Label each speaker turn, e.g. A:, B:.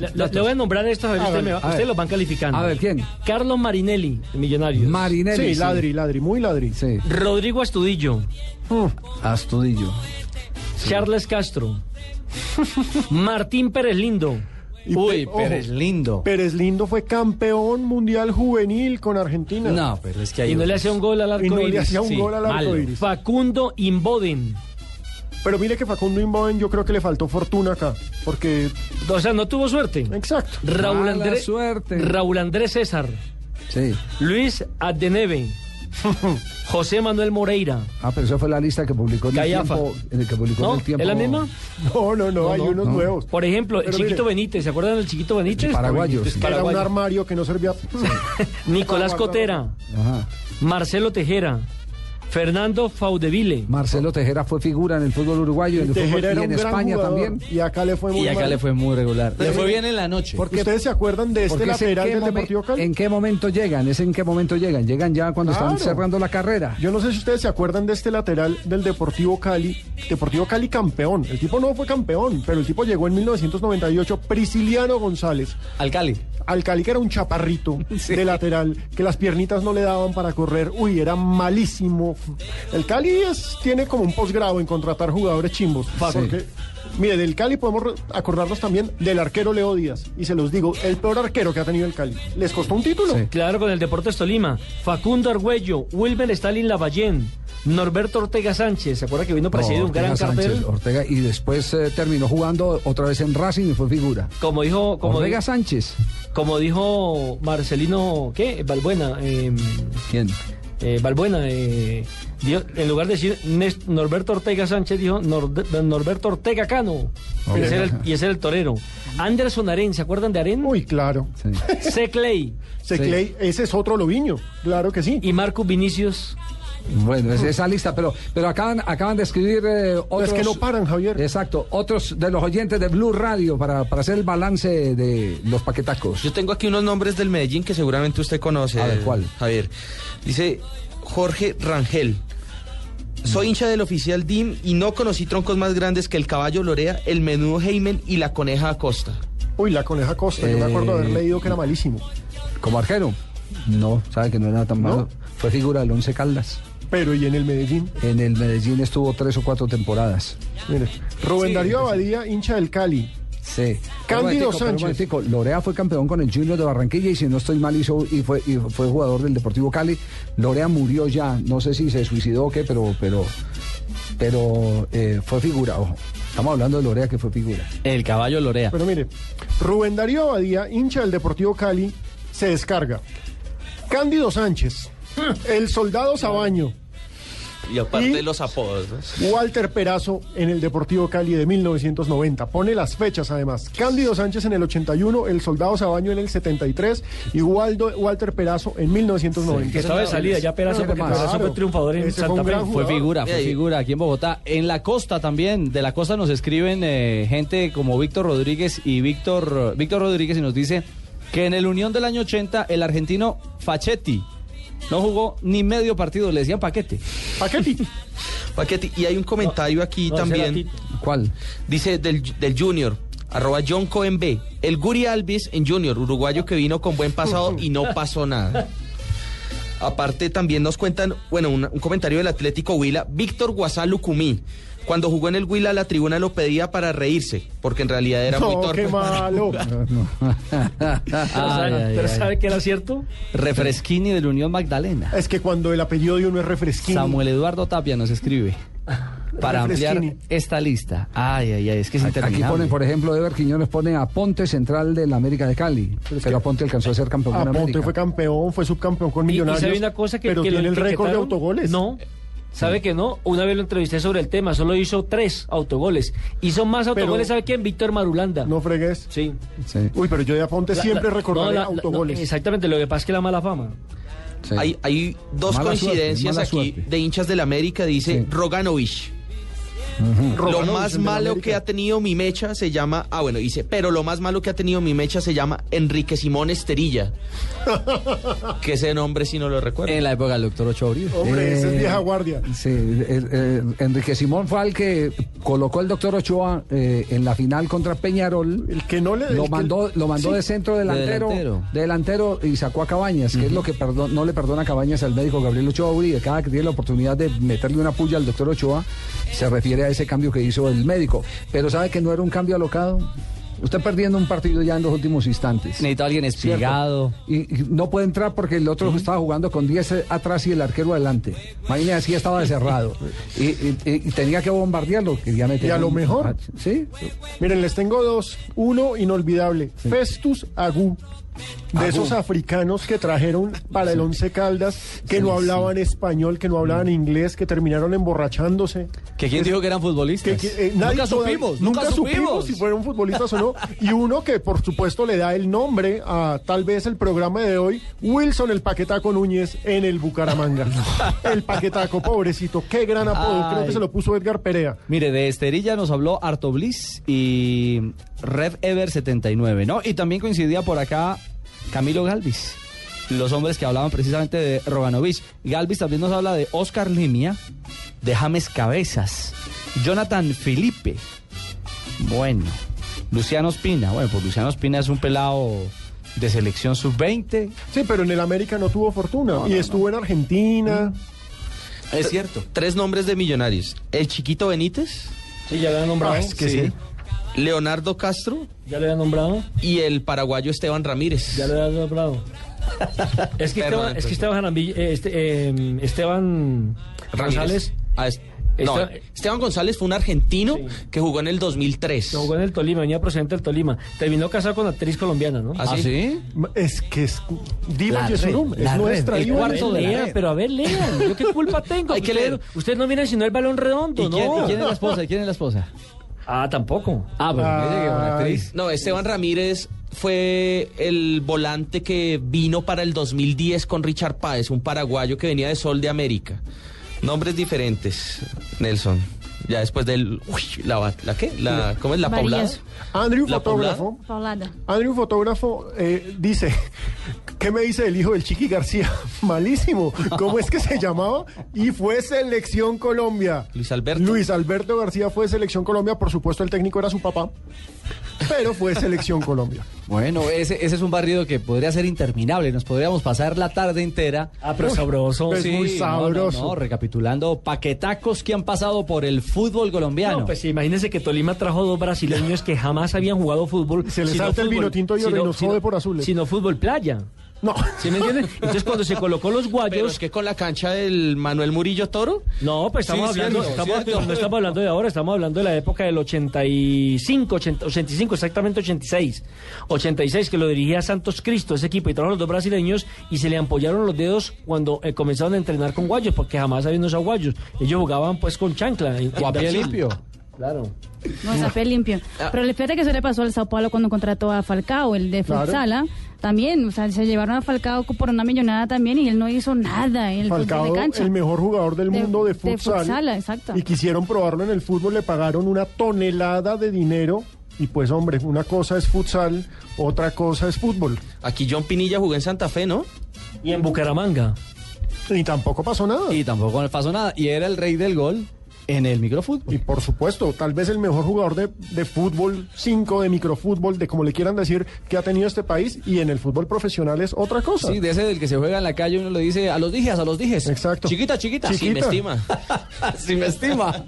A: Le, le- le voy a nombrar estos, a ver,
B: Ah,
A: usted
B: vale.
A: me va-
B: A
A: ustedes
B: ver.
A: los van calificando.
C: A ver, ¿quién?
A: Carlos Marinelli, de Millonarios.
C: Marinelli.
B: Sí, ladri, ladri, muy ladri.
C: Sí.
A: Rodrigo Astudillo,
B: Mm.
C: Astudillo.
A: Charles Castro, Martín Pérez Lindo,
B: Y
D: Uy,
B: Pe- ojo,
D: Pérez Lindo.
B: Pérez Lindo fue campeón mundial juvenil con Argentina.
C: No, pero
D: Pero es que hay
A: y no le
D: unos-
A: hacía un gol al arco
B: Y no le
A: iris.
B: hacía un
D: sí,
B: gol al
A: Malo.
B: arco iris.
A: Facundo Imboden.
B: Pero mire que Facundo Imboden yo creo que le faltó fortuna acá. Porque,
A: O sea, no tuvo suerte.
B: exacto.
A: Raúl
C: Mala
A: Andrés.
C: suerte.
A: Raúl Andrés César.
C: sí.
A: Luis Adeneve. José Manuel Moreira.
C: Ah, pero esa fue la lista que publicó en el
A: Callafa.
C: tiempo. En el que publicó en
A: ¿No?
C: el tiempo.
A: ¿Es la misma?
B: No, no, no, hay
A: no,
B: unos
C: no.
B: nuevos.
A: Por ejemplo, el
B: Pero
A: chiquito
B: mire-
A: Benítez. ¿Se acuerdan del chiquito Benítez?
C: Paraguayo.
B: Que
C: sí.
B: era un
A: Paraguayo.
B: armario que no servía.
A: Nicolás
B: Paraguayo.
A: Cotera.
C: Ajá.
A: Marcelo Tejera. Fernando Faudeville.
C: Marcelo Tejera fue figura en el fútbol uruguayo, en el fútbol
B: Tejera
C: y
B: era
C: en
B: un gran
C: España
B: jugador, ¿Este
C: también.
B: Y acá le fue muy
D: Y acá
B: mal.
D: le fue muy regular. Le fue bien en la noche.
C: Porque-
B: ¿Ustedes se acuerdan de este
C: Porque es en
B: lateral
C: qué
B: del
C: momen-
B: Deportivo Cali?
C: ¿En qué momento llegan? ¿Es en qué momento llegan? Llegan ya cuando
B: Claro.
C: están cerrando la carrera.
B: Yo no sé si ustedes se acuerdan de este lateral del Deportivo Cali. Deportivo Cali campeón. El tipo no fue campeón, pero el tipo llegó en 1998, Prisciliano González.
D: Al Cali.
B: Al Cali que era un chaparrito de lateral, que las piernitas no le daban para correr. Uy, era malísimo. El Cali es- tiene como un posgrado en contratar jugadores chimbos. Porque, mire, del Cali podemos re- acordarnos también del arquero Leo Díaz. Y se los digo, el peor arquero que ha tenido el Cali. ¿Les costó un título?
C: Sí.
A: Claro, con el Deportes Tolima. Facundo Argüello. Wilmer Stalin Lavallén. Norberto Ortega Sánchez. ¿Se acuerda que vino presidido
C: No,
A: un gran
C: Sánchez,
A: cartel?
C: Ortega, y después eh, terminó jugando otra vez en Racing y fue figura.
A: Como dijo, como,
C: Ortega
A: di-
C: Sánchez.
A: como dijo Marcelino, ¿qué? Balbuena. eh,
C: ¿Quién?
A: eh, Balbuena, eh, dio- en lugar de decir Nes- Norberto Ortega Sánchez, dijo Nor- Norberto Ortega Cano.
C: Ok.
A: Y ese era el- y ese era el torero. Anderson Aren, ¿se acuerdan de Aren?
B: Uy, claro.
C: Sí.
A: C. Clay
B: Secley, ese es otro Loviño. Claro que sí.
A: y Marcus Vinicius.
C: Bueno, es esa lista, pero, pero acaban, acaban de escribir eh, otros.
B: es que no paran, Javier.
C: Exacto, otros de los oyentes de Blue Radio para, para hacer el balance de los paquetacos.
E: Yo tengo aquí unos nombres del Medellín que seguramente usted conoce.
C: A ver, ¿cuál?
E: Javier. Dice Jorge Rangel.
D: Mm.
E: Soy hincha del oficial DIM y no conocí troncos más grandes que el caballo Lorea, el menudo Heimen y la coneja Acosta.
B: Uy, la coneja Costa, yo me acuerdo haber
C: Eh,
B: leído que era malísimo.
C: Como arquero. No, sabe que no era tan malo.
B: ¿No?
C: Fue figura del Once Caldas.
B: Pero y en el Medellín,
C: En el Medellín estuvo tres o cuatro temporadas.
B: mire. Rubén Darío Abadía, hincha del Cali.
C: Sí.
B: Cándido
C: Un momentico,
B: Sánchez.
C: un momentico. Lorea fue campeón con el Junior de Barranquilla y si no estoy mal hizo y fue y fue jugador del Deportivo Cali. Lorea murió ya, no sé si se suicidó o qué, pero pero pero eh, fue figura, ojo. Estamos hablando de Lorea que fue figura.
D: El caballo Lorea.
B: Pero mire, Rubén Darío Abadía, hincha del Deportivo Cali, se descarga. Cándido Sánchez,
A: Hmm.
B: el soldado Sabaño,
E: Y aparte
B: Y-
E: los apodos. ¿no?
B: Walter Perazo en el Deportivo Cali de 1990. Pone las fechas además. Cándido Sánchez en el 81, el soldado Sabaño en el 73 y Waldo- Walter Perazo en 1990.
A: Que estaba de salida, ya Perazo,
C: Claro,
A: porque
C: claro.
A: Perazo fue triunfador en
B: Ese fue un
A: Santa Fe.
B: gran
D: Fue
B: jugador.
D: figura, fue
E: Ey.
D: figura aquí en Bogotá. En la costa también, de la costa nos escriben eh, gente como Víctor Rodríguez y Víctor Víctor Rodríguez y nos dice que en el Unión del año 80 el argentino Fachetti no jugó ni medio partido, le decían paquete.
B: Paqueti.
E: Paquete, Y hay un comentario aquí
A: No, ese era
E: también.
A: Tito.
C: ¿Cuál?
E: Dice del, del Junior, arroba John Cohen B. El Guri Alvis en Junior, uruguayo que vino con buen pasado y no pasó nada. Aparte también nos cuentan, bueno, una- un comentario del Atlético Huila, Víctor Guasalucumí. Cuando jugó en el Huila la tribuna lo pedía para reírse, porque en realidad era muy
B: No,
E: torpe.
B: qué malo.
A: Pero
D: Ay,
A: sabe-
D: ay,
A: pero
D: ay.
A: ¿sabe que era cierto?
D: Refresquini del Unión Magdalena.
B: Es que cuando el apellido de uno es refresquín.
D: Samuel Eduardo Tapia nos escribe para ampliar
B: Refresquini.
D: esta lista. Ay, ay, ay, es que es
C: Aquí
D: interminable.
C: ponen, por ejemplo, Ever Quiñones pone a Ponte Central del América de Cali. Pero, a Ponte alcanzó a ser campeón en
B: Aponte
C: América.
B: fue campeón, fue subcampeón con
A: Y- y
B: Millonarios.
A: sabe una cosa que,
B: pero
A: que lo
B: tiene el récord de
A: etiquetaron?
B: autogoles.
A: No. ¿Sabe que no? Una vez lo entrevisté sobre el tema, solo hizo tres autogoles. Hizo más autogoles,
B: Pero-
A: ¿sabe quién? Víctor Marulanda.
B: No fregues.
A: Sí.
C: Sí,
B: Uy, pero yo de Aponte
A: La-
B: siempre
A: la- no,
B: recordaré
A: la- la-
B: autogoles.
A: no, exactamente, lo que pasa es que la mala fama.
C: sí.
E: Hay, hay dos
C: Mala suerte,
E: coincidencias
C: mala
E: aquí
C: suerte.
E: de hinchas del América, dice
C: Sí.
E: Roganovich. Lo
B: Romanovich, el
E: más
B: de la
E: malo que
B: América.
E: ha tenido mi mecha se llama, ah bueno, dice, pero lo más malo que ha tenido mi mecha se llama Enrique Simón Esterilla. que ese nombre si no lo recuerdo.
D: En la época del doctor Ochoa Uribe.
B: Hombre, esa es
C: Eh,
B: vieja guardia.
C: Sí, el- el- Enrique Simón fue al que colocó el doctor Ochoa eh, en la final contra Peñarol.
B: El que no le. el
C: Lo
B: que-
C: mandó, lo mandó
B: Sí.
C: de centro delantero,
D: De
C: de
D: delantero.
C: delantero. y sacó a Cabañas, que es lo que perdo- no le perdona a Cabañas al médico Gabriel Ochoa Uribe. Cada que tiene la oportunidad de meterle una puya al doctor Ochoa, se refiere a ese cambio que hizo el médico. Pero sabe que no era un cambio alocado. Usted perdiendo un partido ya en los últimos instantes.
D: Necesita alguien
C: ¿cierto?
D: espigado.
C: Y, y no puede entrar porque el otro estaba jugando con 10 atrás y el arquero adelante. Imagínese, así estaba de cerrado. y, y- y tenía que bombardearlo. Quería meter
B: Y a lo
C: un- Ah,
B: mejor.
C: Sí.
B: Miren, les tengo dos. Uno inolvidable, Festus Agu. De esos africanos que trajeron para el Once Caldas, que no hablaban español, que no hablaban inglés, que terminaron emborrachándose.
D: ¿Que quién dijo que eran
B: Que,
D: futbolistas?
B: que, eh, nadie
D: Pues, nunca
B: todavía-
D: supimos,
B: nunca, supimos.
D: supimos.
B: si fueron futbolistas o no. Y uno que, por supuesto, le da el nombre a tal vez el programa de hoy, Wilson el Paquetaco Núñez en el Bucaramanga. el Paquetaco, pobrecito, qué gran apodo. Creo
D: Ay.
B: que se lo puso Edgar Perea.
D: Mire, de Esterilla nos habló Arto Bliss y Red Ever 79, ¿no? Y también coincidía por acá Camilo Galvis. Los hombres que hablaban precisamente de Roganovich. Galvis también nos habla de Oscar Limia, de James Cabezas, Jonathan Felipe. Bueno, Luciano Espina. Bueno, pues Luciano Espina es un pelado de selección sub-20.
B: Sí, pero en el América no tuvo fortuna. y estuvo en Argentina.
D: Mm. Es cierto.
E: Tres nombres de millonarios. El chiquito Benítez,
A: Sí, ya le han nombrado.
B: Ah, es que sí.
E: Leonardo Castro
A: Ya le han nombrado.
E: y el paraguayo Esteban Ramírez.
A: Ya le han nombrado. es que
E: Perdón,
A: Esteban, es
E: entonces.
A: que Esteban, Jarambi- eh, este, eh, Esteban
E: Ramírez.
A: González
E: Ah, es- no,
A: Esta-
E: Esteban González fue un argentino que jugó en el 2003.
A: que jugó en el Tolima, venía procedente del Tolima. Terminó casado con actriz colombiana, ¿no?
E: ¿Ah, sí?
B: Es que es Diva
D: La
B: Yesurum,
D: red, la
B: es
D: red,
B: nuestra
D: el
A: Pero
B: Diva.
A: a ver,
D: cuarto de la
A: lean,
D: red.
A: pero a ver, lean. ¿Yo qué culpa tengo?
E: Hay que
A: Ustedes-
E: leer.
A: Ustedes no miran sino el balón redondo,
D: ¿Y quién,
A: ¿no?
D: y quién es la esposa? ¿Y quién es la esposa?
A: Ah, tampoco.
D: Ah, pero
B: Ay.
D: mire, una actriz.
E: No, Esteban Ramírez fue el volante que vino para el 2010 con Richard Páez, un paraguayo que venía de Sol de América. Nombres diferentes, Nelson. Ya después del... uy, la, va- ¿La qué? La, ¿Cómo es? ¿La poblada?
F: Varias.
B: Andrew,
E: ¿La
B: fotógrafo.
F: Paulada.
B: Andrew, fotógrafo, eh, dice, ¿qué me dice el hijo del Chiqui García? Malísimo. ¿Cómo es que se llamaba? Y fue Selección Colombia.
E: Luis Alberto.
B: Luis Alberto García fue Selección Colombia. Por supuesto, el técnico era su papá, pero fue Selección Colombia.
D: Bueno, ese, ese es un barrido que podría ser interminable. Nos podríamos pasar la tarde entera.
A: Ah, pero sabroso.
B: pues, Es muy
D: no, no,
B: sabroso.
D: No, recapitulando, paquetacos que han pasado por el fútbol colombiano.
A: No, pues imagínense que Tolima trajo dos brasileños que jamás habían jugado fútbol.
B: Se les
A: sino
B: salta el
A: fútbol,
B: vino tinto y
A: sino-
B: nos jode
A: sino-
B: por azules.
A: Sino fútbol playa.
B: No.
A: ¿Sí me entienden? Entonces cuando se colocó los
E: Pero
A: guayos...
E: es que con la cancha del Manuel Murillo Toro...
A: No, pues estamos
E: Sí,
A: hablando,
E: cierto,
A: estamos-
E: cierto.
A: no estamos hablando de ahora, estamos hablando de la época del 85, 80 85, exactamente 86. 86 que lo dirigía Santos Cristo, ese equipo, y trajo los dos brasileños y se le ampollaron los dedos cuando eh, comenzaron a entrenar con guayos, porque jamás habían usado guayos. Ellos jugaban pues con chancla. en- en
D: O a pie
A: Brasil.
D: limpio.
A: Claro.
F: No, es a pie limpio. Pero le- fíjate que eso le pasó al Sao Paulo cuando contrató a Falcao, el de
B: Claro.
F: Futsala. También, o sea, se llevaron a Falcao por una millonada también y él no hizo nada en el fútbol
B: Falcao,
F: de cancha.
B: el mejor jugador del
F: De-
B: mundo de
F: de
B: futsal.
F: futsal, exacto.
B: Y quisieron probarlo en el fútbol, le pagaron una tonelada de dinero. Y pues, hombre, una cosa es futsal, otra cosa es fútbol.
E: Aquí John Pinilla jugó en Santa Fe, ¿no?
A: Y en Bucaramanga.
B: Y tampoco pasó nada.
D: Y tampoco le pasó nada. Y era el rey del gol en el
B: Y
D: microfútbol.
B: por supuesto, tal vez el mejor jugador de, de fútbol 5, de microfútbol, de como le quieran decir, que ha tenido este país y en el fútbol profesional es otra cosa.
D: Sí, de ese del que se juega en la calle uno le dice a los dijes, a los dijes.
B: Exacto.
D: Chiquita, chiquita.
E: Así me
B: Chiquita.
E: estima.
D: Sin me estima.